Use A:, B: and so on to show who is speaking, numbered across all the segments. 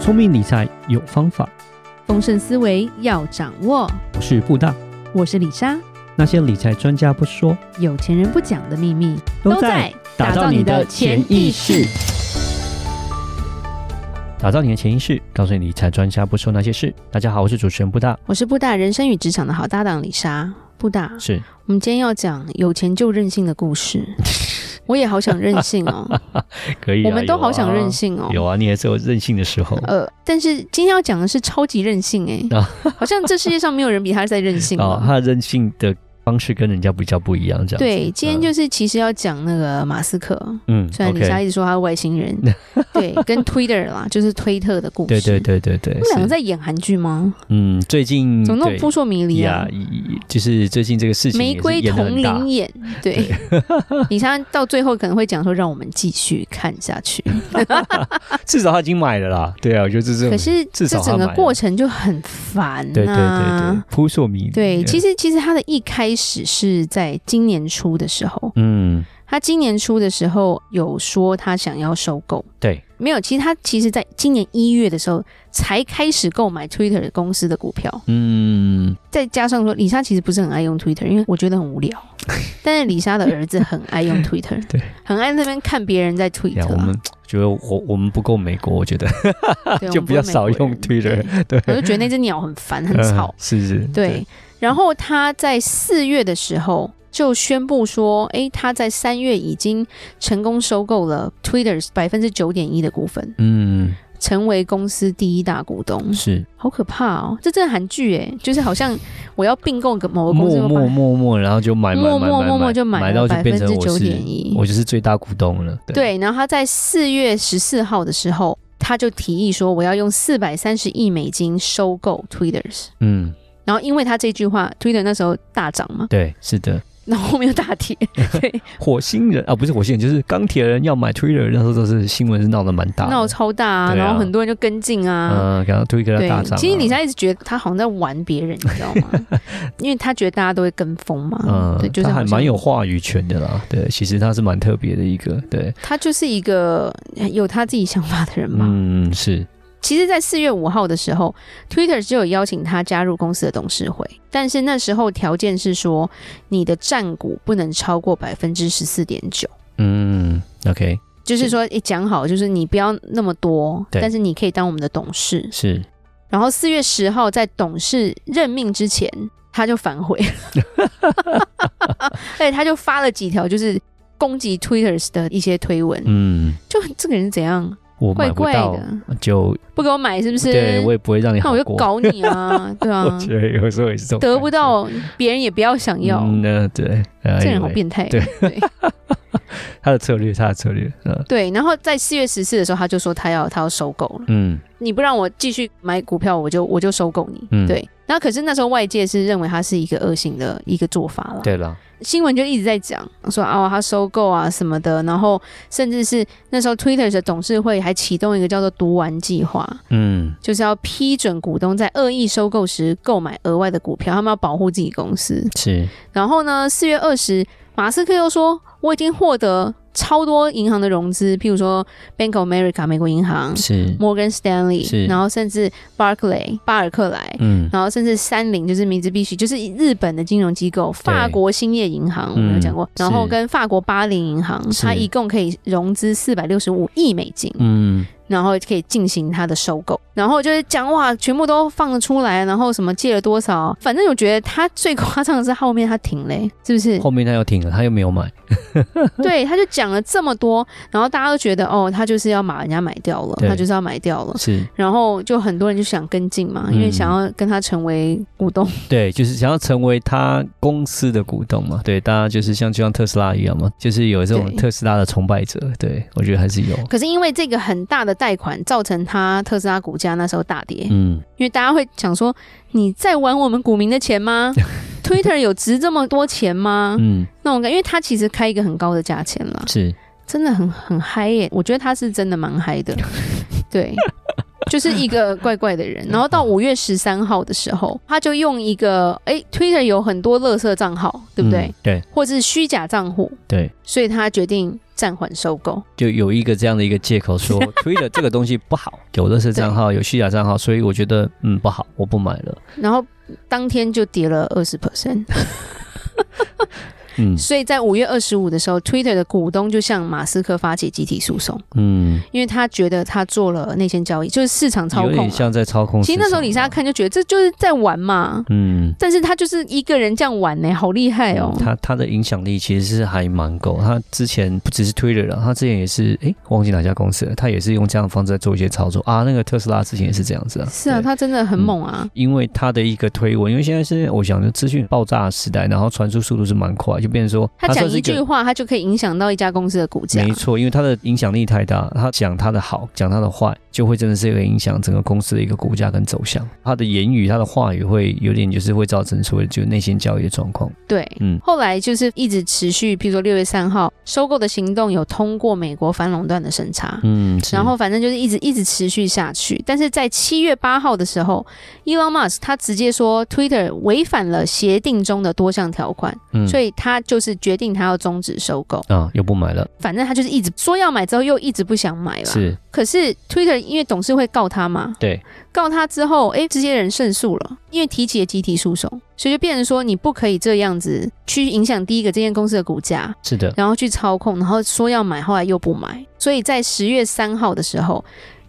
A: 聪明理财有方法，
B: 丰盛思维要掌握。
A: 我是布大。
B: 我是李莎，
A: 那些理财专家不说，
B: 有钱人不讲的秘密
A: 打造你的潜意识。，打造你的潜意识，告诉你理财专家不说那些事。大家好，我是主持人布大。
B: 我是布大人生与职场的好搭档李莎。布大，
A: 是
B: 我们今天要讲有钱就任性的故 事。我也好想任性 哦，
A: 可以啊、
B: 我们都好想任
A: 任性。
B: 性哦。
A: 有啊，你也是有任性的时候。
B: 呃，但是今天要讲的是超级任性 哎、
A: 啊
B: 好像这世界上没有人比他再任性了。
A: 哦，他的任性的方式跟人家比较不一样，这样子。
B: 对，今天
A: 嗯
B: 就是其实要讲那个马斯克，
A: 嗯
B: 虽然李莎
A: OK，
B: 一直说他是外星 人，对，跟 Twitter 啦，就是推特的故事。
A: 对对对对对，
B: 他们两个
A: 是
B: 在演韩剧吗？
A: 嗯，最近
B: 怎么那么
A: 对
B: 扑朔迷离啊
A: 呀？一就是最近这个事情
B: 玫
A: 也是
B: 瑰
A: 演得
B: 同
A: 很大
B: 龄眼，对，李莎到最后可能会讲说，让我们继续看下去。
A: 至少他已经买了啦。对啊，我觉得这种
B: 可是
A: 至
B: 这
A: 少他
B: 整个
A: 买了
B: 过程就很烦
A: 对对对
B: 呐
A: 对。嗯扑朔迷离。
B: 嗯对，其
A: 实
B: 实其实他的一开始是在今年初的时候，
A: 嗯，
B: 他今年初的时候有说他想要收购，
A: 对，
B: 没有，其实他其实在今年一月的时候才开始购买 Twitter 公司的股票，
A: 嗯，
B: 再加上说李莎其实不是很爱用 Twitter，因为我觉得很 无聊，但是李莎的儿子很爱用 Twitter，
A: 对，
B: 很爱那边看别人在 Twitter，
A: 呀，
B: 啊、
A: 我们觉得我我们不够美国，我觉 得
B: 对
A: 就
B: 我们
A: 比较
B: 不是
A: 少
B: 美国人
A: 用 Twitter
B: 对
A: 对
B: 我就觉得那只鸟很烦，很
A: 嗯
B: 吵，
A: 是是，
B: 对。然后他在四月的时候就宣布说，诶，他在三月已经成功收购了 Twitter 百分之九点一的股份。
A: 嗯，
B: 成为公司第一大股东，
A: 是
B: 好可怕哦！这真的韩剧诶，就是好像我要并购个某个公司，
A: 默默默默，然后就买买
B: 默
A: 买
B: 默
A: 买
B: 默默
A: 买
B: 就买
A: 买
B: 了
A: 到就变成我是
B: 9.1
A: 我就是最大股东了。对，
B: 对，然后他在四月十四号的时候，他就提议说，我要用四百三十亿美金收购 Twitter。
A: 嗯，
B: 然后因为他这句话，Twitter 那时候大涨嘛，
A: 对，是的，
B: 然后后面又大跌。对，
A: 火星人啊，不是火星人，就是钢铁人要买 Twitter，那时候都是新闻是闹得蛮大的，
B: 闹超大啊，
A: 对啊
B: 然后很多人就跟进啊。
A: 嗯，然后 Twitter
B: 对
A: 大涨啊。，
B: 其实李莎一直觉得他好像在玩别人，你知道 吗？因为他觉得大家都会跟风嘛，
A: 嗯
B: 对，，就是
A: 他
B: 好
A: 还
B: 像
A: 蛮有，话语权的
B: 嗯
A: 啦。对，其实他是蛮特别的一个，对，
B: 他就是一个有他自己想法的人嘛。
A: 嗯，是，
B: 其实，在四月五号的时候，Twitter 只有邀请他加入公司的董事会，但是那时候条件是说，你的占股不能超过百分之十四点九，
A: 嗯，OK，
B: 就是说，诶，讲好，就是你不要那么多，
A: 对
B: 但是你可以当我们的董事。
A: 是，
B: 然后四月十号在董事任命之前，他就 反悔了，而且他就发了几条就是攻击 Twitter 的一些推文，
A: 嗯，
B: 就这个人是怎样，
A: 我
B: 怪
A: 买不
B: 怪
A: 到
B: 的，
A: 就，
B: 不给我买是不是？
A: 对我也不会让你
B: 那
A: 好
B: 我就
A: 过。
B: 搞你啊，对啊。
A: 我觉得有时候也是这种
B: 得不
A: 感觉，
B: 到，别人也不要想要。
A: 嗯，那对，
B: 这人好
A: 哎
B: 变态。
A: 对
B: 对
A: 他的策略，他的策略，嗯
B: 对然后在四月十四的时候，他就说他要他要收购了，
A: 嗯
B: 你不让我继续买股票，我就我就收购你。
A: 嗯
B: 对。那可是那时候外界是认为他是一个恶性的一个做法了。，
A: 对了，
B: 新闻就一直在讲说啊、他收购啊什么的，然后甚至是那时候 Twitter 的董事会还启动一个叫做“毒丸计划”，
A: 嗯
B: 就是要批准股东在恶意收购时购买额外的股票，他们要保护自己公司。
A: 是，
B: 然后呢，四月二十，马斯克又说我已经获得超多银行的融资，譬如说 Bank of America 美国银行、
A: 是，
B: Morgan Stanley，
A: 是
B: 然后甚至 Barclay 巴尔克莱，
A: 嗯
B: 然后甚至三菱就是明治必须，就是日本的金融机构，法国兴业银行我们有讲过，
A: 嗯是
B: 然后跟法国巴林银行，
A: 是
B: 它一共可以融资四百六十五亿美金，
A: 嗯
B: 然后可以进行它的收购，然后就是讲哇，全部都放出来，然后什么借了多少，反正我觉得他最夸张的是后面他停嘞、是不是？
A: 嗯后面他又停了，他又没有买，
B: 对，他就讲了这么多，然后大家都觉得哦，他就是要把人家买掉了，
A: 对
B: 他就是要买掉了。
A: 是
B: 然后就很多人就想跟进嘛，因为
A: 嗯
B: 想要跟他成为 股东，
A: 对，就是想要成为他公司的股东嘛，对，大家就是像就像特斯拉一样嘛，就是有这种
B: 对
A: 特斯拉的崇拜者，对我觉得还是有，
B: 可是因为这个很大的贷款，造成他特斯拉股价那时候大跌，
A: 嗯，
B: 因为大家会想说，你在玩我们股民的钱 吗？Twitter 有值这么多钱吗？
A: 嗯，
B: 那种感，因为他其实开一个很高的价钱啦，
A: 是，
B: 真的很很嗨耶、我觉得他是真的蛮嗨的，对。就是一个怪怪 的人。然后到五月十三号的时候，他就用一个哎、t w i t t e r 有很多垃圾账号，对不对？
A: 嗯对
B: 或者是虚假账户，
A: 对，
B: 所以他决定暂缓收购。
A: 就有一个这样的一个借口 说 Twitter 这个东西不好，有的是账号，有虚假账号，所以我觉得嗯不好，我不买了。
B: 然后当天就跌了二十 percent，
A: 嗯
B: 所以在五月二十五的时候，Twitter 的股东就向马斯克发起集体诉讼，
A: 嗯，
B: 因为他觉得他做了内线交易，就是市场操
A: 有
B: 控
A: 点
B: 啊。
A: 像在操控市场啊。
B: 其实那时候李莎看就觉得这就是在玩嘛，
A: 嗯。
B: 但是他就是一个人这样玩呢、好厉害哦
A: 嗯！他他的影响力其实是还蛮够。
B: 嗯
A: 他之前不只是 Twitter 了，他之前也是诶，忘记哪家公司了，他也是用这样的方式在做一些操作啊。那个特斯拉之前也是这样子啊。
B: 是啊，
A: 对
B: 他真的很猛啊。
A: 因为他的一个推文，因为现在是我想就资讯爆炸的时代，然后传输速度是蛮快，就变成说
B: 他讲
A: 算是
B: 一
A: 个
B: 句话，他就可以影响到一家公司的股价。
A: 没错，因为他的影响力太大，他讲他的好，讲他的坏，就会真的是有影响整个公司的一个股价跟走向。他的言语，他的话语会有点就是会造成所谓的就内心交易的状况。
B: 对，
A: 嗯
B: 后来就是一直持续，譬如说六月三号收购的行动有通过美国反垄断的审查，
A: 嗯，是
B: 然后反正就是一直一直持续下去。但是在七月八号的时候，Elon Musk 他直接说 Twitter 违反了协定中的多项条款，
A: 嗯
B: 所以他就是决定他要终止收购。
A: 啊又不买了，
B: 反正他就是一直说要买，之后又一直不想买了。
A: 是
B: 可是 Twitter 因为董事会告他嘛，
A: 对，
B: 告他之后，诶，这些人胜诉了，因为提起了集体诉讼，所以就变成说你不可以这样子去影响第一个这间公司的股价，
A: 是的，
B: 然后去操控，然后说要买，后来又不买，所以在十月三号的时候，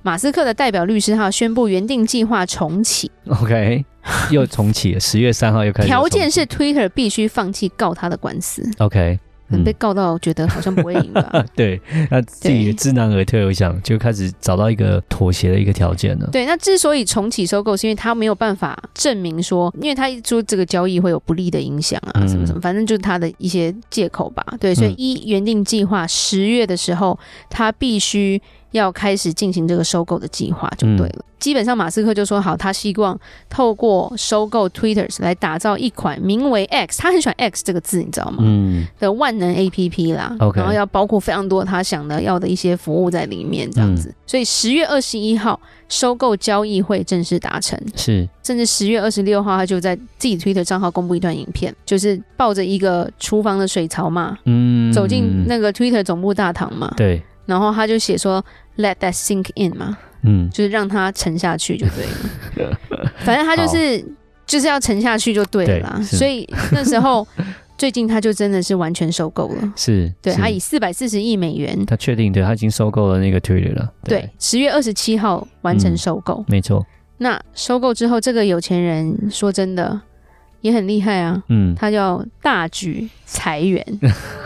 B: 马斯克的代表律师他宣布原定计划重启，
A: OK，又 重启了，十月三号又开始
B: 条
A: 重启。
B: 件是 Twitter 必须放弃告他的官司。
A: OK，
B: 可能被
A: 嗯，。
B: 告到觉得好像不会赢吧
A: 对，那自己
B: 对
A: 知难而退，我想就开始找到一个妥协的一个条件了。
B: 对，那之所以重启收购，是因为他没有办法证明说，因为他说这个交易会有不利的影响啊，
A: 嗯
B: 什么什么，反正就是他的一些借口吧。对，所以
A: 嗯
B: 依原定计划，十月的时候，他必须要开始进行这个收购的计划就对了。
A: 嗯
B: 基本上，马斯克就说好，他希望透过收购 Twitter 来打造一款名为 X，他很喜欢 X 这个字，你知道吗？
A: 嗯，
B: 的万能 APP 啦
A: OK
B: 然后要包括非常多他想的要的一些服务在里面，这样子。
A: 嗯
B: 所以十月二十一号收购交易会正式达成，
A: 是
B: 甚至十月二十六号他就在自己推特账号公布一段影片，就是抱着一个厨房的水槽嘛，
A: 嗯，
B: 走进那个 Twitter 总部大堂嘛，
A: 对，
B: 然后他就写说 Let that sink in 嘛，
A: 嗯，
B: 就是让它沉下去就对了。 反正他就是就是要沉下去就对了啦。
A: 对是
B: 所以那时候最近他就真的是完全收购了。
A: 是，
B: 对，
A: 是
B: 他以四百四十亿美元，
A: 他确定，对他已经收购了那个 Twitter 了。
B: 对，十月二十七号完成收购。
A: 没错，
B: 那收购之后，这个有钱人说真的也很厉害啊，
A: 嗯，
B: 他叫大举裁员，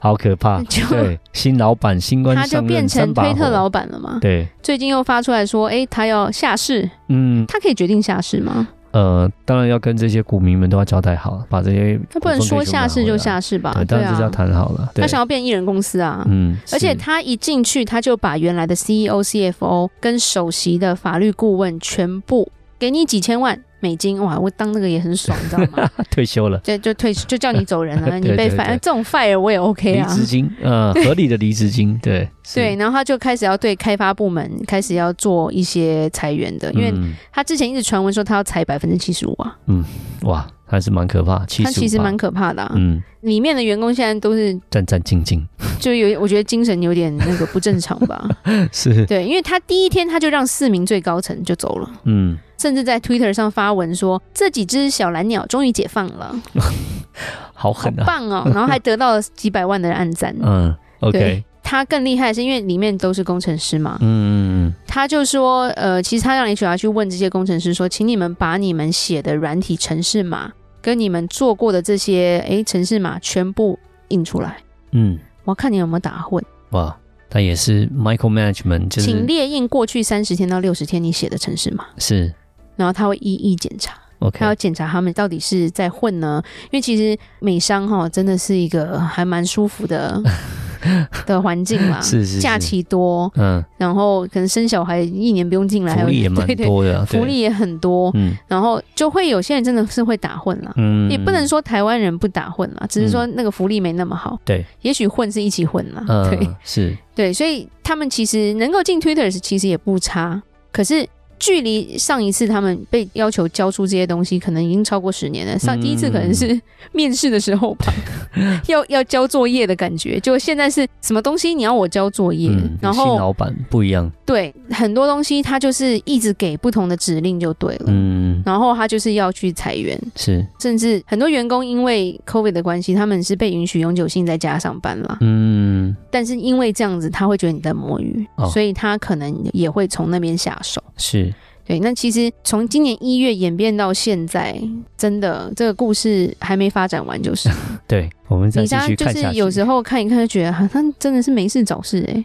A: 好可怕。
B: 就
A: 对，新老板新官
B: 他就
A: 上
B: 变
A: 任
B: 成
A: 三把
B: 推特
A: 火
B: 老板了嘛。
A: 对，
B: 最近又发出来说，诶，他要下市，
A: 嗯，
B: 他可以决定下市吗？
A: 呃，当然要跟这些股民们都要交代好，把这些
B: 他不能
A: 股东
B: 说
A: 给全部
B: 下
A: 拿
B: 市
A: 回
B: 就
A: 来
B: 下市吧？
A: 对，当
B: 对
A: 然这是要
B: 啊，
A: 谈好了。对
B: 他想，要变艺人公司啊。
A: 嗯，
B: 而且
A: 是
B: 他一进去，他就把原来的 E CEO、CFO 跟首席的法律顾问全部给你几千万美金，哇！我当那个也很爽，你知道 吗？
A: 他退休了，
B: 就就退就叫你走人 了，
A: 对
B: 你被
A: 对
B: fire，
A: 对
B: 这种 fire 我也 OK
A: 离
B: 啊。
A: 职金， 呃，合理的离职金，对，是
B: 对，，然后他就开始要对开发部门开始要做一些裁员的，因为
A: 嗯
B: 他之前一直传闻说他要裁百分之七十五啊，
A: 哇，还是蛮可怕，七
B: 他
A: 十，
B: 其实蛮可怕的、啊。
A: 嗯，
B: 里面的员工现在都是
A: 战战兢兢，
B: 就有，我觉得精神有点那个不正常 吧。
A: 是，
B: 对，因为他第一天他就让四名最高层就走了。
A: 嗯，
B: 甚至在 Twitter 上发文说这几只小蓝鸟终于解放了，
A: 好
B: 好
A: 狠嗯啊，
B: 棒 哦！然后还得到了几百万的人按赞。
A: 嗯，OK，
B: 对他更厉害的是，因为里面都是工程师嘛，
A: 嗯嗯
B: 他就说，呃，其实他让 HR 去问这些工程师说，请你们把你们写的软体程式码跟你们做过的这些诶程式码全部印出来，
A: 嗯，
B: 我要看你有没有打混，
A: 哇，他也是 Michael Management，就
B: 请
A: 是
B: 列印过去三十天到六十天你写的程式码，
A: 是
B: 然后他会一一检查。
A: OK，
B: 他要检查他们到底是在混呢，因为其实美商哈真的是一个还蛮舒 服的的环境啦，
A: 是是是
B: 假期多，
A: 嗯，
B: 然后可能生小孩一年不用进来，
A: 福利也蛮
B: 对对，
A: 多的啊，对
B: 福利也很多，
A: 嗯
B: 然后就会有些人真的是会打混啦。
A: 嗯，
B: 也不能说台湾人不打混啦，只是说那个福利没那么好。
A: 对，
B: 也许混是一起混啦。对
A: 嗯，是
B: 对，所以他们其实能够进 Twitter 其实也不差，可是距离上一次他们被要求交出这些东西，可能已经超过十年了。上
A: 嗯
B: 第一次可能是面试的时候 吧，要要交作业的感觉，就现在是什么东西你要我交作业，
A: 嗯，
B: 然
A: 新
B: 后
A: 老板不一样，
B: 对很多东西他就是一直给不同的指令就对了，
A: 嗯，
B: 然后他就是要去裁员，
A: 是，
B: 甚至很多员工因为 COVID 的关系，他们是被允许永久性在家上班啦。
A: 嗯，
B: 但是因为这样子，他会觉得你在摸鱼，
A: 哦
B: 所以他可能也会从那边下手。
A: 是，
B: 对，那其实从今年一月演变到现在，真的这个故事还没发展完，就是
A: 对，我 们再
B: 你
A: 继
B: 家
A: 续
B: 就
A: 看下
B: 是
A: 去。
B: 有时候看一看就觉得，好像真的是没事找事哎、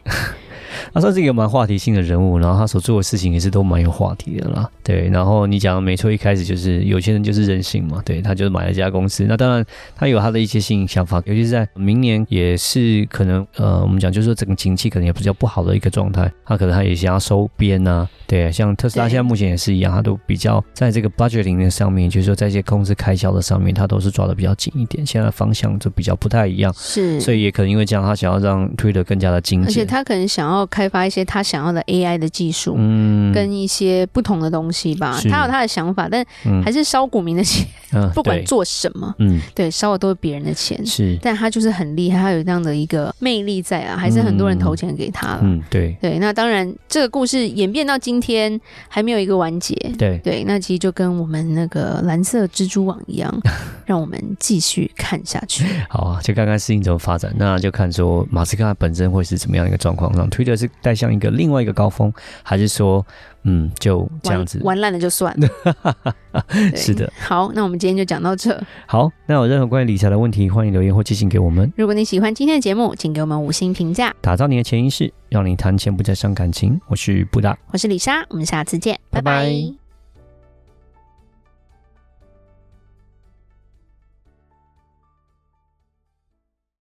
A: 他算是一个蛮话题性的人物，然后他所做的事情也是都蛮有话题的啦。对，然后你讲的没错，一开始就是有些人就是任性嘛，对他就是买了一家公司，那当然他有他的一些新想法，尤其是在嗯明年也是可能呃，我们讲就是说整个景气可能也比较不好的一个状态，他可能他也想要收编啊，对，像特斯拉
B: 对
A: 现在目前也是一样，他都比较在这个 budgeting 的上面，就是说在一些公司开销的上面，他都是抓的比较紧一点，现在的方向就比较不太一样，
B: 是
A: 所以也可能因为这样，他想要让 Twitter 更加的精
B: 而且
A: 简。
B: 他可能想要开发一些他想要的 AI 的技术。
A: 嗯
B: 跟一些不同的东西吧，
A: 是
B: 他有他的想法，但
A: 嗯
B: 还是烧股民的钱，
A: 嗯，
B: 不管
A: 对
B: 做嗯什么，
A: 嗯
B: 对，烧的都是别人的钱。
A: 是
B: 但他就是很厉害，他有那样的一个魅力在啊，还是很多人投钱给他了。
A: 嗯对
B: 对，那当然，这个故事演变到今天还没有一个完结。
A: 对
B: 对，那其实就跟我们那个蓝色蜘蛛网 一样，让我们继续看下去。
A: 好啊，就看看事情怎么发展，那就看说马斯克他本身会是怎么样一个状况，让 Twitter 是带向一个另外一个高峰，还是说嗯就这样子？
B: 玩玩烂了就算 了。对
A: 是的。
B: 好，那我们今天就讲到这。
A: 好，那有任何关于理财的问题，欢迎留言或寄信给我们。
B: 如果你喜欢今天的节目，请给我们五星评价。
A: 打造你的潜意识，让你谈钱不再伤感情。我是布达。
B: 我是李莎，我们下次见，
A: 拜拜
B: 拜拜